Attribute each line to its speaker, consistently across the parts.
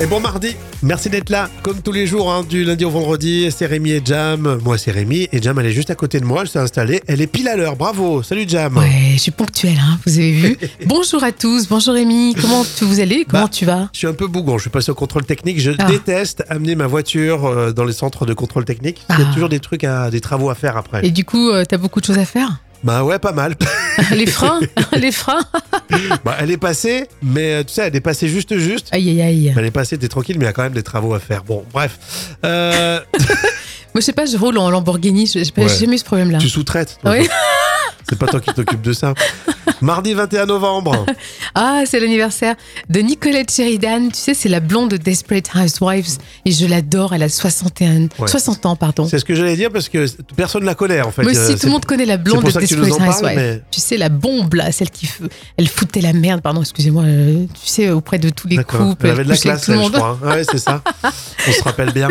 Speaker 1: Et bon mardi, merci d'être là, comme tous les jours, hein, du lundi au vendredi, c'est Rémi et Jam, moi c'est Rémi, et Jam elle est juste à côté de moi, elle s'est installée, elle est pile à l'heure, bravo, salut Jam
Speaker 2: Ouais, je suis ponctuelle, hein, vous avez vu. bonjour à tous, bonjour Rémi, comment tu- vous allez Comment
Speaker 1: Bah.
Speaker 2: tu vas
Speaker 1: Je suis un peu bougon, je suis passé au contrôle technique, je
Speaker 2: Ah.
Speaker 1: déteste amener ma voiture euh, dans les centres de contrôle technique, il y a
Speaker 2: Ah.
Speaker 1: toujours des trucs, à, des travaux à faire après.
Speaker 2: Et du coup, euh, t'as beaucoup de choses à faire
Speaker 1: Bah ouais, pas mal,
Speaker 2: Les freins Les freins
Speaker 1: bah, elle est passée, mais euh, tu sais, elle est passée juste juste,
Speaker 2: Aïe, aïe, aïe.
Speaker 1: elle est passée, t'es tranquille, mais il y a quand même des travaux à faire, bon bref, Euh,
Speaker 2: Ah. Moi, je sais pas, je roule en Lamborghini, je- j'ai pas-
Speaker 1: Ouais.
Speaker 2: j'ai jamais eu ce problème-là.
Speaker 1: tu sous-traites, toi.
Speaker 2: Ah oui.
Speaker 1: c'est pas toi qui t'occupes de ça. Mardi 21 novembre.
Speaker 2: Ah, c'est l'anniversaire de Nicolette Sheridan, tu sais, c'est la blonde de Desperate Housewives, et je l'adore, elle a 61,
Speaker 1: Ouais.
Speaker 2: 60 ans, pardon.
Speaker 1: C'est ce que j'allais dire parce que personne la connaît en fait.
Speaker 2: Moi
Speaker 1: Euh,
Speaker 2: aussi,
Speaker 1: c'est-
Speaker 2: tout le monde connaît la blonde
Speaker 1: pour
Speaker 2: de
Speaker 1: ça que tu
Speaker 2: Desperate
Speaker 1: nous en parles,
Speaker 2: Housewives.
Speaker 1: mais-
Speaker 2: Tu sais, la bombe, là, celle qui. f- Elle foutait la merde, pardon, excusez-moi, euh, tu sais, auprès de tous les
Speaker 1: D'accord.
Speaker 2: couples.
Speaker 1: Elle avait de la
Speaker 2: couchait avec
Speaker 1: classe,
Speaker 2: tout le
Speaker 1: elle, je
Speaker 2: monde.
Speaker 1: crois. hein. Ouais, c'est ça. On se rappelle bien.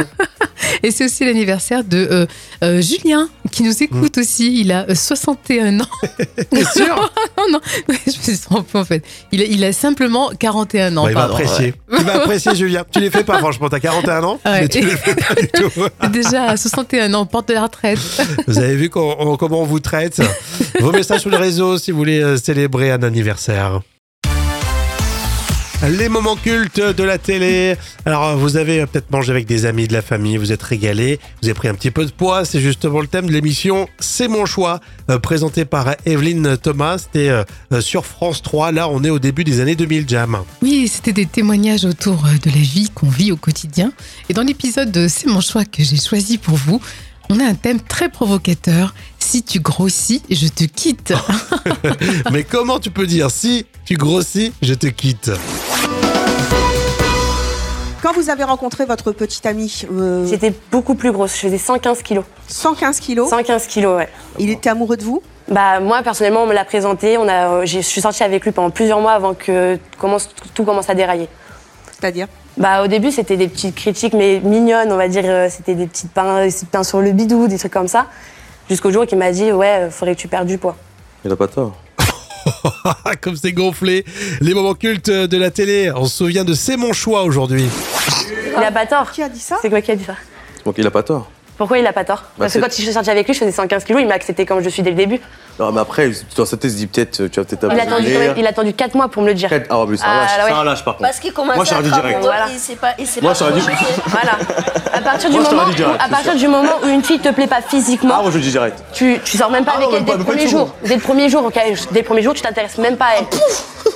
Speaker 2: Et c'est aussi l'anniversaire de euh, euh, Julien qui nous écoute aussi. Il a euh, 61 ans.
Speaker 1: Mm. T'es sûr
Speaker 2: non, non, je me suis trompée en fait. Il a, il a simplement 41 ans.
Speaker 1: Bah, Il va
Speaker 2: pardon.
Speaker 1: apprécier. Il va apprécier, Julien. Tu les fais pas, franchement. T'as 41 ans,
Speaker 2: Ouais.
Speaker 1: mais tu les fais pas du tout.
Speaker 2: Déjà à 61 ans, porte de la retraite.
Speaker 1: Vous avez vu qu'on- on- comment on vous traite. Vos messages sur les réseaux si vous voulez euh, célébrer un anniversaire. Les moments cultes de la télé. Alors, euh, vous avez euh, peut-être mangé avec des amis, de la famille, vous êtes régalé, vous avez pris un petit peu de poids. C'est justement le thème de l'émission C'est mon choix, euh, présenté par Evelyne Thomas. C'était euh, euh, sur France 3. Là, on est au début des années 2000, Jam.
Speaker 2: Oui, c'était des témoignages autour euh, de la vie qu'on vit au quotidien. Et dans l'épisode de C'est mon choix que j'ai choisi pour vous, on a un thème très provocateur. Si tu grossis, je te quitte.
Speaker 1: Mais comment tu peux dire si tu grossis, je te quitte
Speaker 3: Quand vous avez rencontré votre petite amie, euh,
Speaker 4: J'étais beaucoup plus grosse, je faisais 115 kilos.
Speaker 3: 115 kilos,
Speaker 4: 115 kilos, ouais.
Speaker 3: il était amoureux de vous
Speaker 4: Bah moi personnellement on me l'a présenté, on a, euh, j'ai- je suis sortie avec lui pendant plusieurs mois avant que commence, tout commence à dérailler.
Speaker 3: C'est-à-dire
Speaker 4: Bah au début c'était des petites critiques mais mignonnes, on va dire, euh, c'était des petites pains, des petites pains sur le bidou, des trucs comme ça. Jusqu'au jour où il m'a dit ouais euh, faudrait que tu perdes du poids.
Speaker 5: Il a pas tort.
Speaker 1: Ah, Comme c'est gonflé. Les moments cultes de la télé. On se souvient de C'est mon choix aujourd'hui.
Speaker 4: Il a pas tort.
Speaker 3: Ah, Qui a dit ça
Speaker 4: C'est quoi qui a dit ça
Speaker 5: Donc il a pas tort.
Speaker 4: Pourquoi il a pas tort Parce que
Speaker 5: c'est-
Speaker 4: quand je suis sortie avec lui je faisais 115 kilos, il m'a accepté comme je suis dès le début.
Speaker 5: Non, mais après, dans sa tête, il se dit peut-être, euh, tu vas peut-être
Speaker 4: Il a
Speaker 5: abandonner.
Speaker 4: attendu, quand même- il a attendu 4 mois pour me le dire.
Speaker 5: Peut-être- Ah, mais c'est un
Speaker 4: Ah,
Speaker 5: lâche,
Speaker 4: là, ouais.
Speaker 5: c'est un lâche par contre.
Speaker 6: Parce qu'il commençait
Speaker 5: Moi, je
Speaker 6: à
Speaker 5: t'aurais dit direct.
Speaker 6: prendre,
Speaker 4: Voilà.
Speaker 6: et c'est pas, et c'est
Speaker 5: Moi,
Speaker 6: pas
Speaker 5: je t'aurais dit-
Speaker 6: projeté.
Speaker 4: Voilà. À partir, du
Speaker 5: Moi,
Speaker 4: moment,
Speaker 5: je t'aurais dit direct,
Speaker 4: où, à
Speaker 5: c'est
Speaker 4: partir
Speaker 5: sûr.
Speaker 4: du moment où une fille te plaît pas
Speaker 5: Ah,
Speaker 4: physiquement,
Speaker 5: moi je le dis direct.
Speaker 4: Tu, tu sors même pas
Speaker 5: Ah
Speaker 4: avec
Speaker 5: non,
Speaker 4: elle
Speaker 5: pas-
Speaker 4: dès le
Speaker 5: pas du
Speaker 4: premier
Speaker 5: tout.
Speaker 4: jour. Dès le premier jour, ok, dès le premier jour, tu t'intéresses même pas à elle.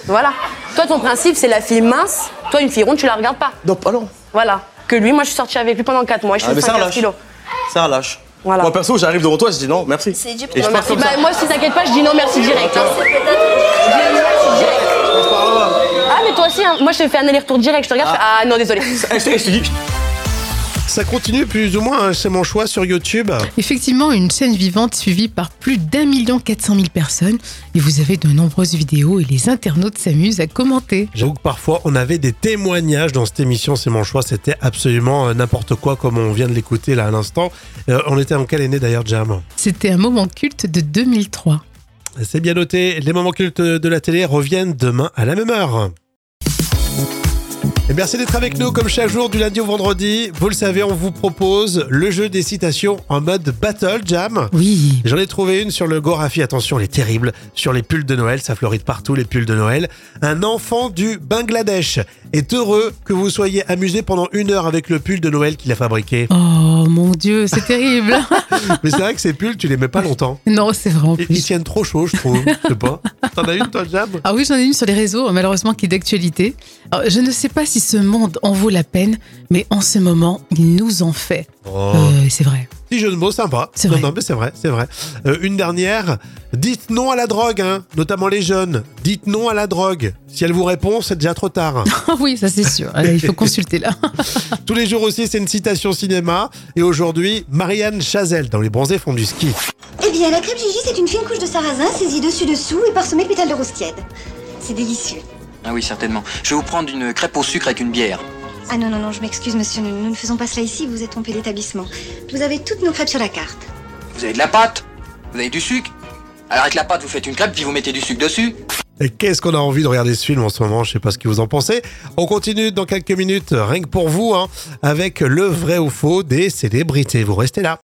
Speaker 4: voilà. Toi, ton principe, c'est la fille mince. Toi, une fille ronde, tu la regardes pas.
Speaker 5: Non, pas non.
Speaker 4: Voilà. Que lui, moi, je suis sortie avec lui pendant 4 mois. Je
Speaker 5: Ah,
Speaker 4: fais
Speaker 5: mais c'est un
Speaker 4: 50
Speaker 5: lâche.
Speaker 4: kilos.
Speaker 5: C'est un lâche.
Speaker 4: Voilà.
Speaker 5: Moi perso, j'arrive devant toi, je dis non, merci.
Speaker 6: C'est dit pour
Speaker 5: Et je
Speaker 6: moi,
Speaker 5: pars
Speaker 6: merci.
Speaker 5: comme ça.
Speaker 4: Bah, moi, si t'inquiète pas, je dis non, merci direct. hein.
Speaker 6: C'est peut-être-
Speaker 4: Je dis non, merci direct. Ah, mais toi aussi, hein. moi, je te fais un aller-retour direct. Je te regarde, je fais, ah non, désolé.
Speaker 5: Eh, je te- eh, je te dis.
Speaker 1: Ça continue plus ou moins, hein, c'est mon choix sur YouTube.
Speaker 2: Effectivement, une chaîne vivante suivie par plus d'un million quatre cent mille personnes. Et vous avez de nombreuses vidéos et les internautes s'amusent à commenter.
Speaker 1: J'avoue que parfois on avait des témoignages dans cette émission, c'est mon choix, c'était absolument euh, n'importe quoi comme on vient de l'écouter là à l'instant. Euh, on était en quelle année d'ailleurs, Jam
Speaker 2: C'était un moment culte de 2003.
Speaker 1: C'est bien noté, les moments cultes de la télé reviennent demain à la même heure. Et merci d'être avec nous comme chaque jour du lundi au vendredi. Vous le savez, on vous propose le jeu des citations en mode battle, Jam.
Speaker 2: Oui.
Speaker 1: J'en ai trouvé une sur le Gorafi, attention, elle est terrible. Sur les pulls de Noël, ça floride partout, les pulls de Noël. Un enfant du Bangladesh est heureux que vous soyez amusé pendant une heure avec le pull de Noël qu'il a fabriqué.
Speaker 2: Oh mon dieu, c'est terrible.
Speaker 1: Mais c'est vrai que ces pulls, tu les mets pas longtemps.
Speaker 2: non, c'est vraiment
Speaker 1: Ils, ils
Speaker 2: plus.
Speaker 1: tiennent trop chaud, je trouve. Je sais pas. T'en as une, toi, Jam
Speaker 2: Ah oui, j'en ai une sur les réseaux, malheureusement, qui est d'actualité. Alors, Je ne sais pas si ce monde en vaut la peine, mais en ce moment, il nous en fait.
Speaker 1: Oh,
Speaker 2: Euh, c'est vrai.
Speaker 1: Petit jeu de mots sympa.
Speaker 2: C'est
Speaker 1: non,
Speaker 2: vrai.
Speaker 1: non, mais c'est vrai, c'est vrai. Euh, une dernière. Dites non à la drogue, hein, notamment les jeunes. Dites non à la drogue. Si elle vous répond, c'est déjà trop tard.
Speaker 2: Ah oui, ça c'est sûr. Allez, il faut consulter là.
Speaker 1: Tous les jours aussi, c'est une citation cinéma. Et aujourd'hui, Marianne Chazelle dans Les Bronzés font du ski.
Speaker 7: Eh bien, la crêpe Gigi, c'est une fine couche de sarrasin saisie dessus-dessous et parsemée de pétales de rose tiède. C'est délicieux.
Speaker 8: Ah oui, certainement. Je vais vous prendre une crêpe au sucre avec une bière.
Speaker 7: Ah non, non, non, je m'excuse, monsieur, nous, nous ne faisons pas cela ici, vous êtes trompé d'établissement. Vous avez toutes nos crêpes sur la carte.
Speaker 8: Vous avez de la pâte Vous avez du sucre Alors avec la pâte, vous faites une crêpe, puis vous mettez du sucre dessus.
Speaker 1: Et Qu'est-ce qu'on a envie de regarder ce film en ce moment Je sais pas ce que vous en pensez. On continue dans quelques minutes, rien que pour vous, hein, avec le vrai ou faux des célébrités. Vous restez là.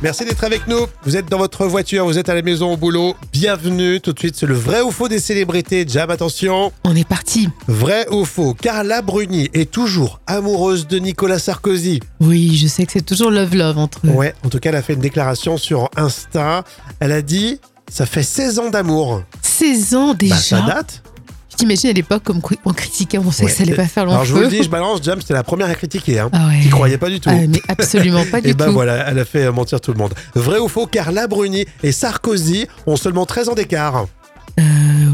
Speaker 1: Merci d'être avec nous. Vous êtes dans votre voiture, vous êtes à la maison, au boulot. Bienvenue. Tout de suite, c'est le vrai ou faux des célébrités. Jam, attention.
Speaker 2: On est parti.
Speaker 1: Vrai ou faux Carla Bruni est toujours amoureuse de Nicolas Sarkozy.
Speaker 2: Oui, je sais que c'est toujours love love entre eux.
Speaker 1: Ouais, en tout cas, elle a fait une déclaration sur Insta. Elle a dit Ça fait 16 ans d'amour.
Speaker 2: 16 ans
Speaker 1: Bah,
Speaker 2: déjà.
Speaker 1: ça date.
Speaker 2: Tu t'imagines à l'époque comme quoi on critiquait, on pensait
Speaker 1: Ouais.
Speaker 2: que ça allait pas faire long
Speaker 1: Alors, je vous
Speaker 2: feu.
Speaker 1: le dis, je balance, Jam, c'était la première à critiquer. Hein.
Speaker 2: Ah ouais.
Speaker 1: J'y croyais pas du tout.
Speaker 2: Ah, mais absolument pas du
Speaker 1: Et ben
Speaker 2: tout.
Speaker 1: voilà, elle a fait mentir tout le monde. Vrai ou faux Carla Bruni et Sarkozy ont seulement 13 ans d'écart.
Speaker 2: Euh,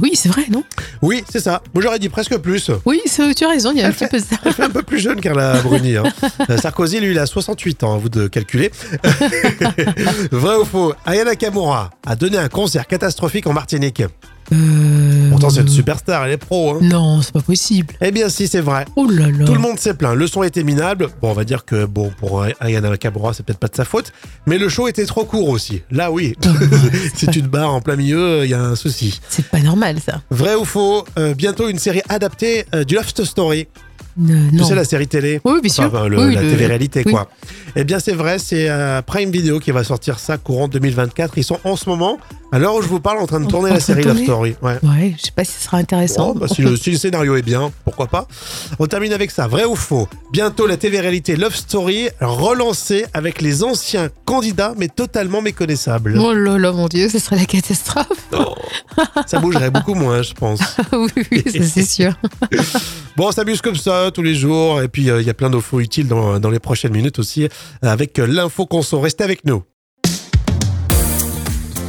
Speaker 2: oui, c'est vrai, non
Speaker 1: Oui, c'est ça. Moi, j'aurais dit presque plus.
Speaker 2: Oui, c'est- tu as raison, il y a un petit peu ça.
Speaker 1: Elle fait un peu plus jeune Carla Bruni. hein. Euh, Sarkozy, lui, il a 68 ans, à vous de calculer. Vrai ou faux Aya Nakamura a donné un concert catastrophique en Martinique.
Speaker 2: Euh,
Speaker 1: Pourtant, c'est une superstar, elle est pro. hein.
Speaker 2: Non, c'est pas possible.
Speaker 1: Eh bien, si, c'est vrai.
Speaker 2: Oh là là.
Speaker 1: Tout le monde s'est plaint. Le son était minable. Bon, on va dire que bon pour Aya Nakamura, c'est peut-être pas de sa faute. Mais le show était trop court aussi. Là, oui. si tu te barres en plein milieu, il y a un souci.
Speaker 2: C'est pas normal ça.
Speaker 1: Vrai ou faux Euh, Bientôt une série adaptée euh, du Love Story.
Speaker 2: Ne- non.
Speaker 1: Tu sais, la série télé.
Speaker 2: Oui, oui, bien sûr.
Speaker 1: Enfin, ben, le-
Speaker 2: Oui, oui,
Speaker 1: la
Speaker 2: le-
Speaker 1: télé-réalité,
Speaker 2: oui.
Speaker 1: quoi. Eh bien, c'est vrai, c'est euh, Prime Video qui va sortir ça courant 2024. Ils sont en ce moment, à l'heure où je vous parle, en train de
Speaker 2: En-
Speaker 1: tourner
Speaker 2: en
Speaker 1: la
Speaker 2: train de
Speaker 1: série Love
Speaker 2: tourner.
Speaker 1: Story. Ouais.
Speaker 2: Ouais, je sais pas si ce sera intéressant.
Speaker 1: Oh, bah, si, le, si le scénario est bien, pourquoi pas. On termine avec ça, vrai ou faux Bientôt, la télé-réalité Love Story relancée avec les anciens candidats, mais totalement méconnaissables.
Speaker 2: Oh là là, mon Dieu, ce serait la catastrophe.
Speaker 1: Ça bougerait beaucoup moins, je pense.
Speaker 2: oui, oui, ça, c'est sûr.
Speaker 1: Bon, on s'amuse comme ça tous les jours. Et puis, euh, il y a plein d'infos utiles dans, dans les prochaines minutes aussi, euh, avec euh, l'info conso. Restez avec nous.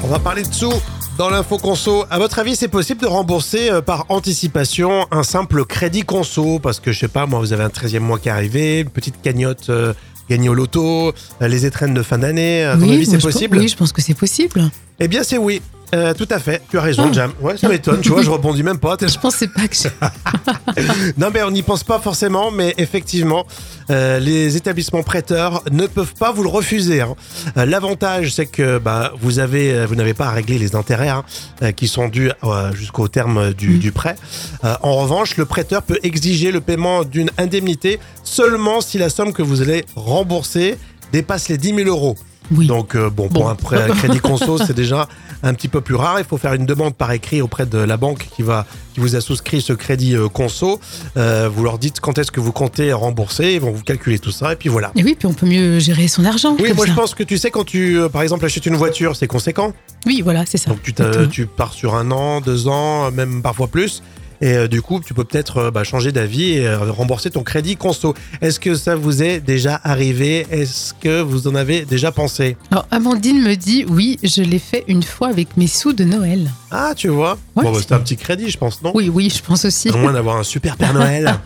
Speaker 1: On va parler de sous dans l'info conso. À votre avis, c'est possible de rembourser euh, par anticipation un simple crédit conso Parce que, je sais pas, moi, vous avez un 13e mois qui est arrivé, une petite cagnotte euh, gagnée au loto, euh, les étrennes de fin d'année. À ton avis,
Speaker 2: moi,
Speaker 1: c'est
Speaker 2: je pense-
Speaker 1: possible
Speaker 2: Oui, je pense que c'est possible.
Speaker 1: Eh bien, c'est oui. Euh, tout à fait, tu as raison,
Speaker 2: Ah.
Speaker 1: Jam. Ouais, ça m'étonne, tu vois, je rebondis même pas. T'es-
Speaker 2: Je pensais pas que. je-
Speaker 1: Non, mais on n'y pense pas forcément, mais effectivement, euh, les établissements prêteurs ne peuvent pas vous le refuser. hein. Euh, L'avantage, c'est que bah, vous avez, euh, vous n'avez pas à régler les intérêts hein, euh, qui sont dus euh, jusqu'au terme du, du prêt. Euh, en revanche, le prêteur peut exiger le paiement d'une indemnité seulement si la somme que vous allez rembourser dépasse les 10 000 euros.
Speaker 2: Oui.
Speaker 1: Donc, euh, bon, pour
Speaker 2: Bon.
Speaker 1: un prêt à crédit conso, c'est déjà un petit peu plus rare. Il faut faire une demande par écrit auprès de la banque qui, va, qui vous a souscrit ce crédit euh, conso. Euh, vous leur dites quand est-ce que vous comptez rembourser. Ils vont vous calculer tout ça et puis voilà.
Speaker 2: Et oui, puis on peut mieux gérer son argent.
Speaker 1: Oui,
Speaker 2: comme
Speaker 1: moi je
Speaker 2: ça.
Speaker 1: pense que tu sais, quand tu, euh, par exemple, achètes une voiture, c'est conséquent.
Speaker 2: Oui, voilà, c'est ça.
Speaker 1: Donc tu, t'as-
Speaker 2: Exactement.
Speaker 1: tu pars sur un an, deux ans, même parfois plus. Et euh, du coup, tu peux peut-être euh, bah, changer d'avis et euh, rembourser ton crédit conso. Est-ce que ça vous est déjà arrivé Est-ce que vous en avez déjà pensé
Speaker 2: Alors, Amandine me dit oui, je l'ai fait une fois avec mes sous de Noël.
Speaker 1: Ah, tu vois
Speaker 2: Ouais,
Speaker 1: Bon, bah,
Speaker 2: c'est-
Speaker 1: c'est un petit crédit, je pense, non
Speaker 2: Oui, oui, je pense aussi.
Speaker 1: À moins d'avoir un super Père Noël.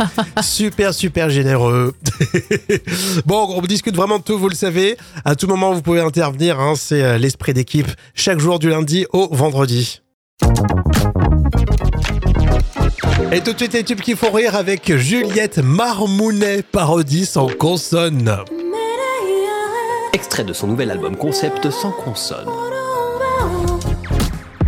Speaker 1: super, super généreux. bon, on discute vraiment de tout, vous le savez. À tout moment, vous pouvez intervenir. hein, C'est euh, l'esprit d'équipe. Chaque jour du lundi au vendredi. Et tout de suite, les tubes qui font rire avec Juliette Marmounet, parodie sans consonne.
Speaker 6: Extrait de son nouvel album concept sans consonne.
Speaker 1: Alors,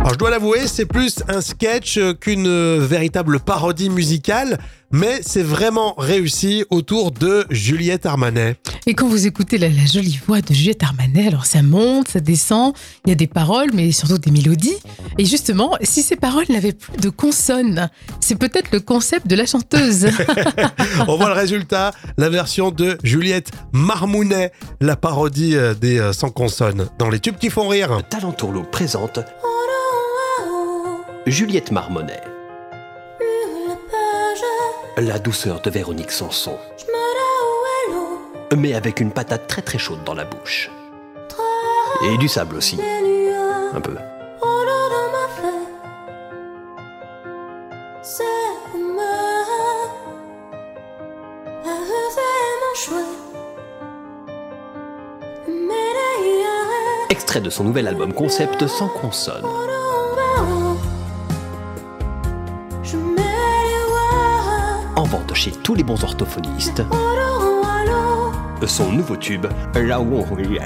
Speaker 1: Ah, je dois l'avouer, c'est plus un sketch euh, qu'une euh, véritable parodie musicale, mais c'est vraiment réussi autour de Juliette Armanet.
Speaker 2: Et quand vous écoutez la, la jolie voix de Juliette Armanet, alors ça monte, ça descend, il y a des paroles, mais surtout des mélodies. Et justement, si ces paroles n'avaient plus de consonnes, c'est peut-être le concept de la chanteuse.
Speaker 1: On voit le résultat, la version de Juliette Marmounet, la parodie euh, des euh, sans consonne, dans les tubes qui font rire.
Speaker 6: Talent Tourlot présente Juliette Marmonnet. La douceur de Véronique Sanson. Mais avec une patate très très chaude dans la bouche. Et du sable aussi, un peu. Extrait de son nouvel album concept sans consonne. En vente chez tous les bons orthophonistes. Son nouveau tube, Là où on rit.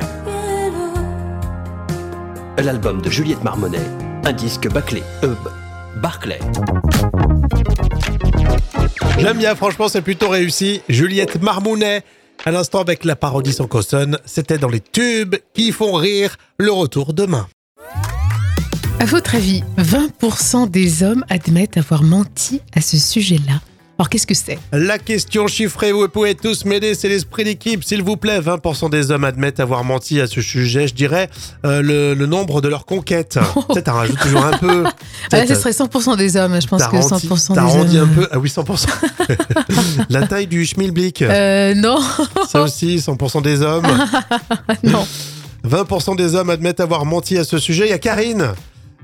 Speaker 6: L'album de Juliette Marmonnet, Un disque bâclé. Euh, Barclay.
Speaker 1: J'aime bien, franchement, c'est plutôt réussi. Juliette Marmounet, à l'instant avec la parodie sans cossonne, c'était dans les tubes qui font rire. Le retour demain.
Speaker 2: À votre avis, 20% des hommes admettent avoir menti à ce sujet-là. Alors qu'est-ce que c'est
Speaker 1: La question chiffrée, vous pouvez tous m'aider, c'est l'esprit d'équipe, s'il vous plaît. 20% des hommes admettent avoir menti à ce sujet, je dirais euh, le, le nombre de leurs conquêtes. Peut-être un rajoute toujours un peu.
Speaker 2: ah, là,
Speaker 1: Peut-être,
Speaker 2: Ce serait 100% des hommes, je pense que
Speaker 1: T'arrondis
Speaker 2: 100%
Speaker 1: t'arrondis
Speaker 2: des
Speaker 1: un
Speaker 2: hommes.
Speaker 1: peu. Ah oui, 100%. la taille du schmilblick.
Speaker 2: Euh, non,
Speaker 1: Ça aussi, 100% des hommes.
Speaker 2: non.
Speaker 1: 20% des hommes admettent avoir menti à ce sujet. Il y a Karine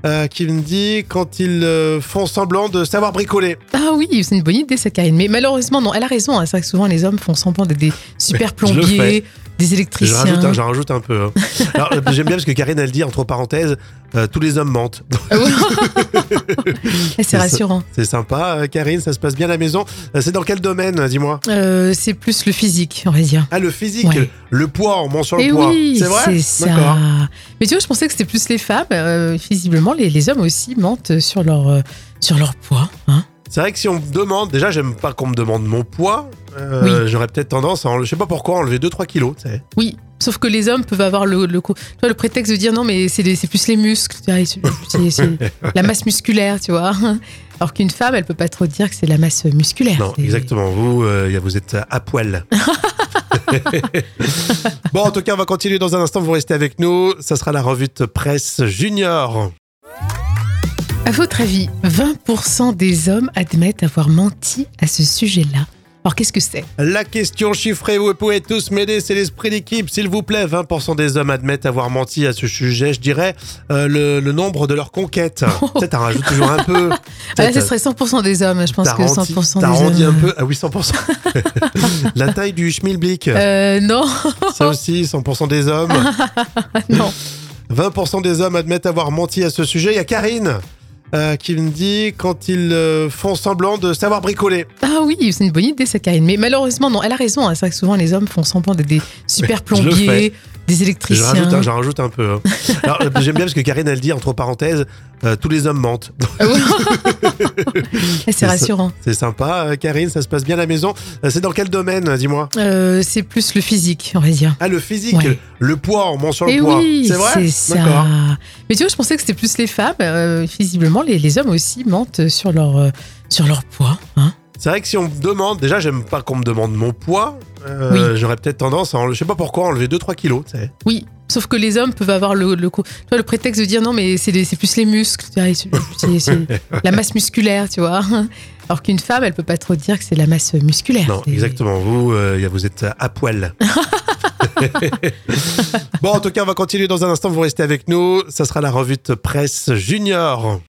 Speaker 1: euh, qui me dit quand ils euh, font semblant de savoir bricoler.
Speaker 2: Ah oui, c'est une bonne idée cette Karine. Mais malheureusement, non, elle a raison. hein. C'est vrai que souvent les hommes font semblant d'être des super
Speaker 1: je le fais.
Speaker 2: plombiers, des
Speaker 1: Je
Speaker 2: électriciens.
Speaker 1: rajoute, un- j'en rajoute un peu. hein. Alors, euh, J'aime bien parce que Karine, elle dit, entre parenthèses, euh, tous les hommes mentent.
Speaker 2: Ah oui.
Speaker 1: C'est
Speaker 2: c'est
Speaker 1: ça.
Speaker 2: rassurant.
Speaker 1: C'est sympa, euh, Karine, ça se passe bien à la maison. Euh, C'est dans quel domaine, euh, dis-moi
Speaker 2: Euh, c'est plus le physique, on va dire.
Speaker 1: Ah, le physique,
Speaker 2: Ouais.
Speaker 1: le poids, on ment sur le
Speaker 2: Et
Speaker 1: poids.
Speaker 2: oui,
Speaker 1: c'est vrai
Speaker 2: c'est ça.
Speaker 1: D'accord.
Speaker 2: Mais tu vois, je pensais que c'était plus les femmes. Euh, visiblement, les, les hommes aussi mentent sur leur, euh, sur leur poids. hein.
Speaker 1: C'est vrai que si on me demande, déjà, j'aime pas qu'on me demande mon poids. Euh, J'aurais peut-être tendance à, enle- je sais pas pourquoi, enlever 2-3 kilos, tu sais.
Speaker 2: Oui, sauf que les hommes peuvent avoir le, le, co- tu vois, le prétexte de dire non, mais c'est les- c'est plus les muscles, tu vois, c'est- c'est- c'est la masse musculaire, tu vois. Alors qu'une femme, elle peut pas trop dire que c'est la masse musculaire.
Speaker 1: Non,
Speaker 2: C'est-
Speaker 1: exactement. Vous, euh, vous êtes à poil. bon, en tout cas, on va continuer dans un instant. Vous restez avec nous. Ça sera la revue de presse junior.
Speaker 2: À votre avis, 20% des hommes admettent avoir menti à ce sujet-là. Alors qu'est-ce que c'est
Speaker 1: La question chiffrée, vous pouvez tous m'aider. C'est l'esprit d'équipe, s'il vous plaît. 20% des hommes admettent avoir menti à ce sujet. Je dirais euh, le, le nombre de leurs conquêtes. Peut-être un rajoute toujours un peu.
Speaker 2: Ah, Là,
Speaker 1: Peut-être,
Speaker 2: ce serait 100% des hommes, hein, je pense que
Speaker 1: t'arrondis-
Speaker 2: 100% des hommes.
Speaker 1: t'arrondis un peu. Ah oui, 100%. la taille du schmilblick.
Speaker 2: Euh, non,
Speaker 1: Ça aussi, 100% des hommes.
Speaker 2: non.
Speaker 1: 20% des hommes admettent avoir menti à ce sujet. Il y a Karine euh, qui me dit quand ils euh, font semblant de savoir bricoler.
Speaker 2: Ah oui, c'est une bonne idée cette Karine. Mais malheureusement, non, elle a raison. hein. C'est vrai que souvent les hommes font semblant d'être des super
Speaker 1: je le fais.
Speaker 2: plombiers, des
Speaker 1: Je
Speaker 2: électriciens.
Speaker 1: rajoute, un- j'en rajoute un peu. hein. Alors, euh, J'aime bien parce que Karine, elle dit, entre parenthèses, euh, tous les hommes mentent.
Speaker 2: Ah oui. Et
Speaker 1: C'est
Speaker 2: c'est
Speaker 1: ça.
Speaker 2: rassurant.
Speaker 1: C'est sympa, euh, Karine, ça se passe bien à la maison. Euh, C'est dans quel domaine, euh, dis-moi
Speaker 2: Euh, c'est plus le physique, on va dire.
Speaker 1: Ah, le physique,
Speaker 2: Ouais.
Speaker 1: le poids, on ment sur le
Speaker 2: Et
Speaker 1: poids.
Speaker 2: Eh oui,
Speaker 1: c'est vrai
Speaker 2: c'est ça.
Speaker 1: D'accord.
Speaker 2: Mais tu vois, je pensais que c'était plus les femmes. Euh, visiblement, les, les hommes aussi mentent sur leur, euh, sur leur poids. hein.
Speaker 1: C'est vrai que si on me demande, déjà, j'aime pas qu'on me demande mon poids. Euh, J'aurais peut-être tendance à, enle- je sais pas pourquoi, enlever 2-3 kilos. tu sais.
Speaker 2: Oui, sauf que les hommes peuvent avoir le, le, co- tu vois, le prétexte de dire non, mais c'est les- c'est plus les muscles, tu vois, c'est- c'est- c'est la masse musculaire, tu vois. Alors qu'une femme, elle peut pas trop dire que c'est la masse musculaire.
Speaker 1: Non,
Speaker 2: C'est-
Speaker 1: exactement. Vous, euh, vous êtes à poil. bon, en tout cas, on va continuer dans un instant. Vous restez avec nous. Ça sera la revue de presse junior.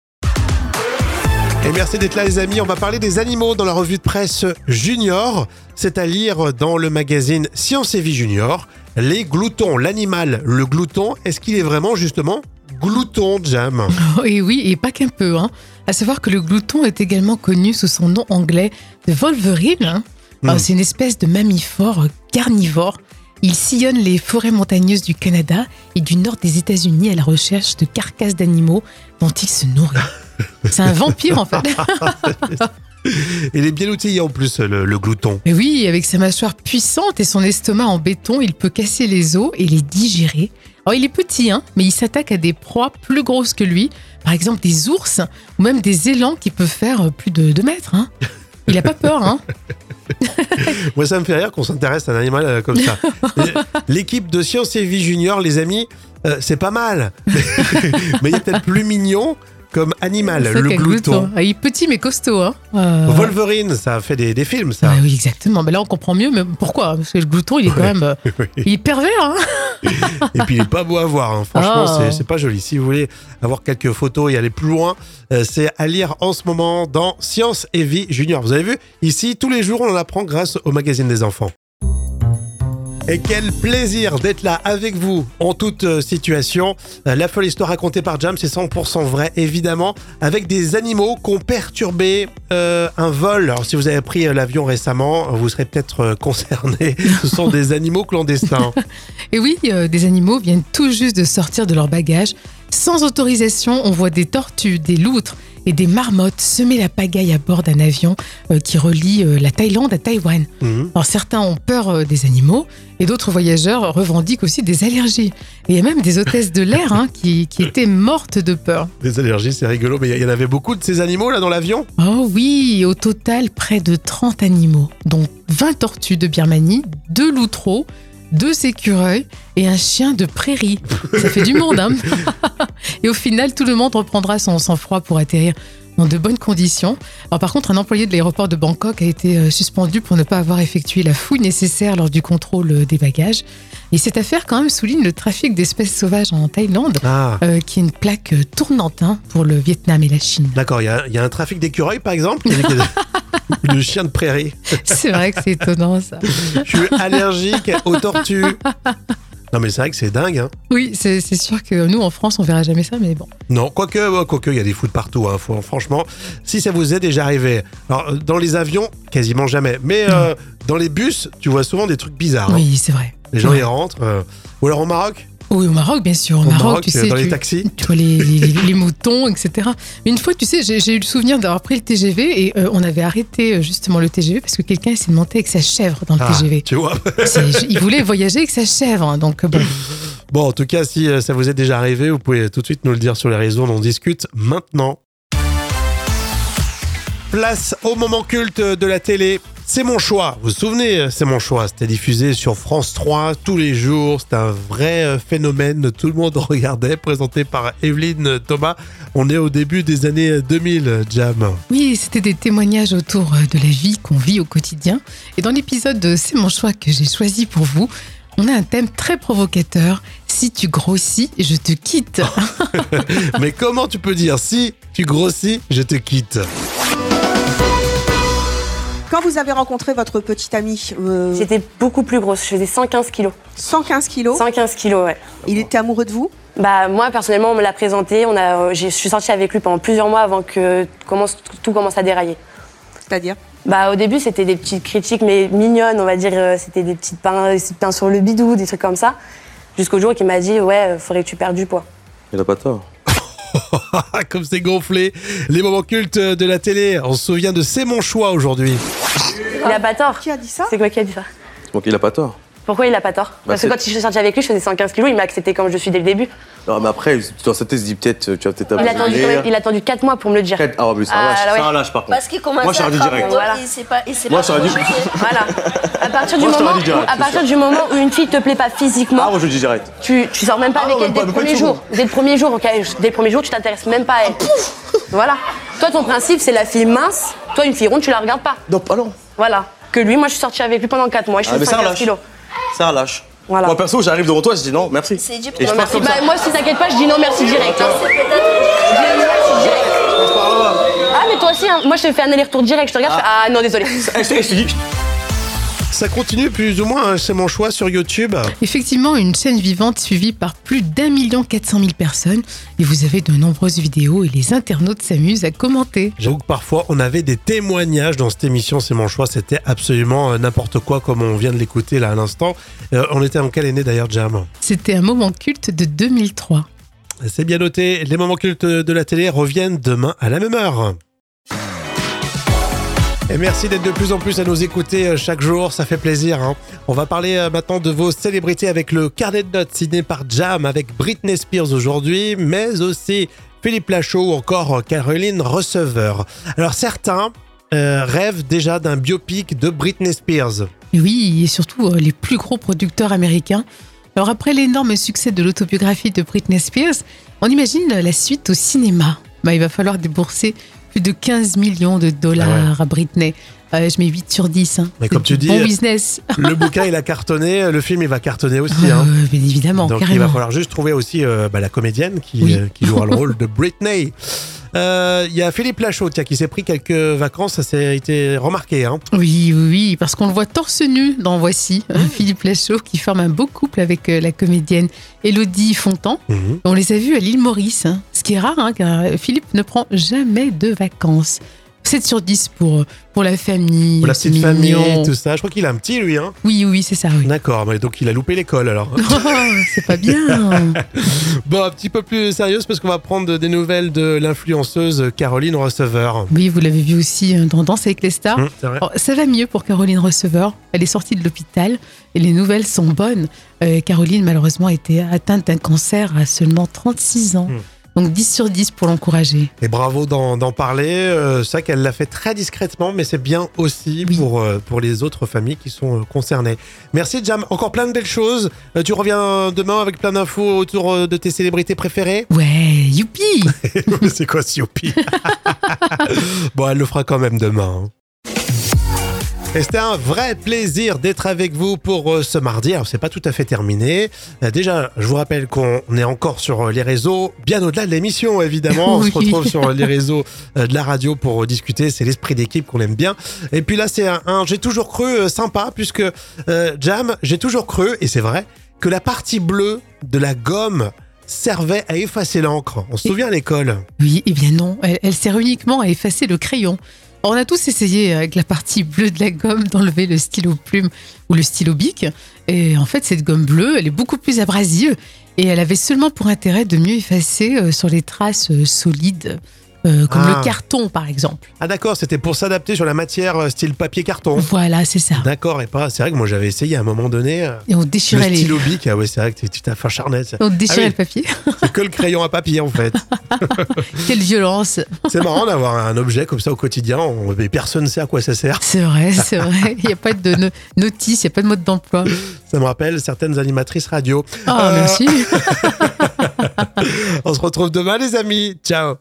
Speaker 1: Et merci d'être là, les amis. On va parler des animaux dans la revue de presse junior. C'est à lire dans le magazine Science et Vie Junior. Les gloutons, l'animal, le glouton, est-ce qu'il est vraiment justement glouton, Jam
Speaker 2: Et oui, et pas qu'un peu. Hein. À savoir que le glouton est également connu sous son nom anglais de Wolverine. hein. Alors,
Speaker 1: Mm.
Speaker 2: C'est une espèce de mammifore carnivore. Il sillonne les forêts montagneuses du Canada et du nord des États-Unis à la recherche de carcasses d'animaux dont il se nourrit. C'est un vampire en fait.
Speaker 1: Il est bien outillé en plus, le- le glouton.
Speaker 2: Mais oui, avec sa mâchoire puissante et son estomac en béton, il peut casser les os et les digérer. Alors, il est petit, hein, mais il s'attaque à des proies plus grosses que lui, par exemple des ours ou même des élans qui peuvent faire euh, plus de 2 mètres. hein. Il a pas peur, hein.
Speaker 1: Moi, ça me fait rire qu'on s'intéresse à un animal euh, comme ça. L'équipe de Science et Vie Junior, les amis, euh, c'est pas mal. Mais il y a peut-être plus mignon comme animal,
Speaker 2: C'est ça
Speaker 1: le
Speaker 2: qu'un
Speaker 1: glouton.
Speaker 2: Ah, Il est petit mais costaud, hein. Euh,
Speaker 1: Wolverine, ça a fait des, des films, ça.
Speaker 2: ah oui, exactement. Mais là, on comprend mieux. Mais pourquoi Parce que le glouton, il est quand même, euh, il est pervers. hein.
Speaker 1: Et puis, il est pas beau à voir. hein. Franchement,
Speaker 2: Ah.
Speaker 1: c'est- c'est pas joli. Si vous voulez avoir quelques photos et aller plus loin, euh, c'est à lire en ce moment dans Science et Vie Junior. Vous avez vu, ici, tous les jours, on en apprend grâce au magazine des enfants. Et quel plaisir d'être là avec vous en toute euh, situation. Euh, La folle histoire racontée par Jam, c'est 100% vrai, évidemment, avec des animaux qui ont perturbé euh, un vol. Alors, si vous avez pris euh, l'avion récemment, vous serez peut-être euh, concerné. Ce sont des animaux clandestins.
Speaker 2: Et oui, euh, des animaux viennent tout juste de sortir de leur bagage. Sans autorisation, on voit des tortues, des loutres et des marmottes semer la pagaille à bord d'un avion euh, qui relie euh, la Thaïlande à Taïwan.
Speaker 1: Mhm.
Speaker 2: Alors certains ont peur euh, des animaux et d'autres voyageurs revendiquent aussi des allergies. Et il y a même des hôtesses de l'air hein, qui, qui étaient mortes de peur.
Speaker 1: Des allergies, c'est rigolo, mais il y en avait beaucoup de ces animaux là dans l'avion.
Speaker 2: Oh oui, au total près de 30 animaux, dont 20 tortues de Birmanie, 2 loutreaux, 2 écureuils et un chien de prairie. Ça fait du monde, hein Et au final, tout le monde reprendra son sang-froid pour atterrir dans de bonnes conditions. Alors par contre, un employé de l'aéroport de Bangkok a été euh, suspendu pour ne pas avoir effectué la fouille nécessaire lors du contrôle euh, des bagages. Et cette affaire quand même souligne le trafic d'espèces sauvages en Thaïlande,
Speaker 1: Ah,
Speaker 2: euh, qui est une plaque euh, tournante hein, pour le Vietnam et la Chine.
Speaker 1: d'accord, il y a- il y, a un trafic d'écureuils par exemple Il y a des- De chiens de prairie.
Speaker 2: C'est vrai que c'est étonnant ça.
Speaker 1: Je suis allergique aux tortues. Non, mais c'est vrai que c'est dingue. Hein.
Speaker 2: Oui, c'est c'est sûr que nous en France on verra jamais ça, mais bon.
Speaker 1: Non, quoique, euh, quoique, il y a des foutes partout. hein, faut- franchement, si ça vous est déjà arrivé, alors euh, dans les avions, quasiment jamais, mais euh, dans les bus, tu vois souvent des trucs bizarres. hein.
Speaker 2: Mm. Oui, c'est vrai.
Speaker 1: Les gens y rentrent. euh, ou alors au Maroc,
Speaker 2: Oui, au Maroc bien sûr. Au,
Speaker 1: au
Speaker 2: Maroc,
Speaker 1: Maroc,
Speaker 2: tu
Speaker 1: euh,
Speaker 2: sais,
Speaker 1: dans les
Speaker 2: tu,
Speaker 1: taxis.
Speaker 2: tu vois les, les- les- les moutons, etc. Mais une fois, tu sais, j'ai j'ai eu le souvenir d'avoir pris le TGV et euh, on avait arrêté euh, justement le TGV parce que quelqu'un s'est monté avec sa chèvre dans le
Speaker 1: Ah,
Speaker 2: TGV.
Speaker 1: tu vois.
Speaker 2: C'est- Il voulait voyager avec sa chèvre, hein, donc euh, bon.
Speaker 1: Bon, en tout cas, si euh, ça vous est déjà arrivé, vous pouvez tout de suite nous le dire sur les réseaux. On en discute maintenant. Place au moment culte de la télé. C'est mon choix. Vous vous souvenez, euh, c'est mon choix. C'était diffusé sur France 3 tous les jours. C'était un vrai euh, phénomène. Tout le monde regardait. Présenté par Evelyne Thomas. On est au début des années 2000, Jam.
Speaker 2: Oui, c'était des témoignages autour euh, de la vie qu'on vit au quotidien. Et dans l'épisode de C'est mon choix que j'ai choisi pour vous, on a un thème très provocateur. Si tu grossis, je te quitte.
Speaker 1: Mais comment tu peux dire si tu grossis, je te quitte
Speaker 3: Quand vous avez rencontré votre petite amie, euh,
Speaker 4: J'étais beaucoup plus grosse, je faisais 115 kilos.
Speaker 3: 115 kilos,
Speaker 4: 115 kilos, ouais.
Speaker 3: il était amoureux de vous
Speaker 4: Bah moi personnellement on me l'a présenté, on a, euh, j'ai- je suis sortie avec lui pendant plusieurs mois avant que commence, tout commence à dérailler.
Speaker 3: C'est-à-dire
Speaker 4: Bah au début c'était des petites critiques mais mignonnes on va dire, euh, c'était des petites pains, des pains sur le bidou, des trucs comme ça. Jusqu'au jour qu'il m'a dit ouais euh, faudrait que tu perdes du poids.
Speaker 5: Il a pas tort.
Speaker 1: Ah, Comme c'est gonflé. Les moments cultes de la télé. On se souvient de C'est mon choix aujourd'hui.
Speaker 4: Il a pas tort.
Speaker 3: Qui a dit ça
Speaker 4: C'est quoi qui a dit ça
Speaker 5: Donc il a pas tort.
Speaker 4: Pourquoi il a pas tort Parce que
Speaker 5: Bah, c'est-
Speaker 4: quand je suis sortie avec lui je faisais 115 kilos, il m'a accepté comme je suis dès le début.
Speaker 5: Non, mais après, dans sa tête, il se dit peut-être, tu vas peut-être
Speaker 4: Il a,
Speaker 5: abandonner.
Speaker 4: attendu, quand même- il a attendu 4 mois pour me le dire.
Speaker 5: Quatre- Ah, mais c'est
Speaker 4: Ah,
Speaker 5: un lâche,
Speaker 4: là, ouais.
Speaker 5: c'est un lâche par contre.
Speaker 9: Parce qu'il commençait
Speaker 5: Moi, je
Speaker 9: à
Speaker 5: t'aurais dit direct.
Speaker 9: travailler et c'est pas et c'est
Speaker 5: Moi,
Speaker 9: pas
Speaker 5: je t'aurais dit-
Speaker 9: projeté.
Speaker 4: Voilà. À partir du
Speaker 5: Moi, je
Speaker 4: moment,
Speaker 5: t'aurais dit direct,
Speaker 4: où, à
Speaker 5: c'est
Speaker 4: partir du moment où une fille te plaît pas
Speaker 5: Ah,
Speaker 4: physiquement,
Speaker 5: moi, je le dis direct.
Speaker 4: tu, tu sors même pas
Speaker 5: Ah
Speaker 4: avec
Speaker 5: non,
Speaker 4: elle
Speaker 5: même
Speaker 4: dès le
Speaker 5: pas- même pas
Speaker 4: premier
Speaker 5: une seconde.
Speaker 4: jour. Dès le premier jour, ok, dès le premier jour, tu t'intéresses même pas à
Speaker 5: Ah,
Speaker 4: elle. voilà. Toi, ton principe, c'est la fille mince. Toi, une fille ronde, tu la regardes pas.
Speaker 5: Non, pas non.
Speaker 4: Voilà. Que lui, moi, je suis sortie avec lui pendant 4 mois. Je
Speaker 5: Ah, mais
Speaker 4: suis
Speaker 5: ça,
Speaker 4: 50
Speaker 5: lâche.
Speaker 4: kilos.
Speaker 5: Ça lâche.
Speaker 4: Voilà.
Speaker 5: Moi, perso, j'arrive devant toi, je dis non, merci.
Speaker 9: C'est du
Speaker 5: Et je
Speaker 9: Non,
Speaker 5: pars
Speaker 9: merci,
Speaker 5: comme ça.
Speaker 4: Bah, moi, si t'inquiète pas, je dis non merci direct. hein.
Speaker 9: C'est peut-être
Speaker 4: Je dis non merci direct. Ah, mais toi aussi, hein. moi, je te fais un aller-retour direct. Je te regarde, je fais, ah non, désolé.
Speaker 5: Eh, je te- eh, je te dis,
Speaker 1: Ça continue plus ou moins, hein, c'est mon choix sur YouTube.
Speaker 2: Effectivement, une chaîne vivante suivie par plus d'un million quatre cent mille personnes. Et vous avez de nombreuses vidéos et les internautes s'amusent à commenter.
Speaker 1: J'avoue que parfois on avait des témoignages dans cette émission, c'est mon choix, c'était absolument euh, n'importe quoi comme on vient de l'écouter là à l'instant. Euh, on était en quelle année d'ailleurs, Jam
Speaker 2: C'était un moment culte de 2003.
Speaker 1: C'est bien noté, les moments cultes de la télé reviennent demain à la même heure. Et merci d'être de plus en plus à nous écouter euh, chaque jour, ça fait plaisir. hein. On va parler euh, maintenant de vos célébrités avec le carnet de notes signé par Jam avec Britney Spears aujourd'hui, mais aussi Philippe Lachaud ou encore euh, Caroline Receveur. Alors certains euh, rêvent déjà d'un biopic de Britney Spears.
Speaker 2: Et oui, et surtout euh, les plus gros producteurs américains. Alors après l'énorme succès de l'autobiographie de Britney Spears, on imagine euh, la suite au cinéma. Bah, il va falloir débourser plus de 15 millions de dollars à Britney. Euh, je mets 8 sur 10. hein.
Speaker 1: Ah Mais comme tu dis, euh,
Speaker 2: Bon business.
Speaker 1: Le bouquin il a cartonné, le film il va cartonner aussi.
Speaker 2: Ah,
Speaker 1: hein.
Speaker 2: euh, bien évidemment,
Speaker 1: Donc il va
Speaker 2: carrément.
Speaker 1: falloir juste trouver aussi euh, bah, la comédienne qui,
Speaker 2: Oui.
Speaker 1: euh, qui jouera le rôle de Britney. Euh, Il y a Philippe Lachaud tiens, qui s'est pris quelques vacances, ça s'est été remarqué. hein.
Speaker 2: Oui, oui, oui, parce qu'on le voit torse nu dans Voici, euh,
Speaker 1: Ah.
Speaker 2: Philippe Lachaud qui forme un beau couple avec euh, la comédienne Elodie Fontan.
Speaker 1: Mhm.
Speaker 2: euh, On les a vus à l'île Maurice, hein. ce qui est rare, hein, car Philippe ne prend jamais de vacances. 7 sur 10 pour, euh, pour la famille.
Speaker 1: Pour la petite
Speaker 2: c'est
Speaker 1: famille,
Speaker 2: mignon.
Speaker 1: tout ça. Je crois qu'il a un petit, lui. Hein.
Speaker 2: Oui, oui, c'est ça, oui.
Speaker 1: D'accord, mais donc il a loupé l'école alors.
Speaker 2: Oh, c'est pas bien.
Speaker 1: bon, un petit peu plus sérieuse parce qu'on va prendre des nouvelles de l'influenceuse Caroline Receveur.
Speaker 2: Oui, vous l'avez vu aussi euh, dans Danse avec les stars.
Speaker 1: Hum, c'est vrai.
Speaker 2: Alors, Oh, ça va mieux pour Caroline Receveur. Elle est sortie de l'hôpital et les nouvelles sont bonnes. Euh, Caroline, malheureusement, a été atteinte d'un cancer à seulement 36 ans.
Speaker 1: Hmm.
Speaker 2: Donc 10 sur 10 pour l'encourager.
Speaker 1: Et bravo d'en d'en parler. Euh, c'est vrai qu'elle l'a fait très discrètement, mais c'est bien aussi
Speaker 2: Oui.
Speaker 1: pour, euh, pour les autres familles qui sont euh, concernées. Merci Jam, encore plein de belles choses. Euh, tu reviens demain avec plein d'infos autour euh, de tes célébrités préférées.
Speaker 2: Ouais, youpi
Speaker 1: c'est quoi Siopi Bon, elle le fera quand même demain. hein. Et c'était un vrai plaisir d'être avec vous pour euh, ce mardi. Alors, c'est pas tout à fait terminé. Euh, Déjà, je vous rappelle qu'on est encore sur euh, les réseaux, bien au-delà de l'émission, évidemment. On
Speaker 2: Oui.
Speaker 1: se retrouve sur euh, les réseaux euh, de la radio pour euh, discuter. C'est l'esprit d'équipe qu'on aime bien. Et puis là, c'est un, un j'ai toujours cru euh, sympa, puisque euh, Jam, j'ai toujours cru, et c'est vrai, que la partie bleue de la gomme servait à effacer l'encre. On se souvient à l'école.
Speaker 2: Oui, eh bien non, elle, elle sert uniquement à effacer le crayon. On a tous essayé euh, avec la partie bleue de la gomme d'enlever le stylo plume ou le stylo bic. Et en fait, cette gomme bleue, elle est beaucoup plus abrasive et elle avait seulement pour intérêt de mieux effacer euh, sur les traces euh, solides, euh, comme
Speaker 1: Ah.
Speaker 2: le carton par exemple.
Speaker 1: Ah d'accord, c'était pour s'adapter sur la matière euh, style papier carton.
Speaker 2: Voilà, c'est ça.
Speaker 1: D'accord, et pas. C'est vrai que moi j'avais essayé à un moment donné. euh,
Speaker 2: Et on
Speaker 1: Le
Speaker 2: déchirait, les,
Speaker 1: stylo bic, ah ouais, c'est vrai que tu- tu t'as facharné. C'est
Speaker 2: on déchirait
Speaker 1: Ah oui.
Speaker 2: le papier.
Speaker 1: c'est que le crayon à papier en fait.
Speaker 2: Quelle violence
Speaker 1: C'est marrant d'avoir un objet comme ça au quotidien, on- mais personne ne sait à quoi ça sert.
Speaker 2: C'est vrai, c'est vrai. Il n'y a pas de no- notice, il n'y a pas de mode d'emploi.
Speaker 1: Ça me rappelle certaines animatrices radio.
Speaker 2: Ah,
Speaker 1: Euh,
Speaker 2: merci
Speaker 1: On se retrouve demain les amis. Ciao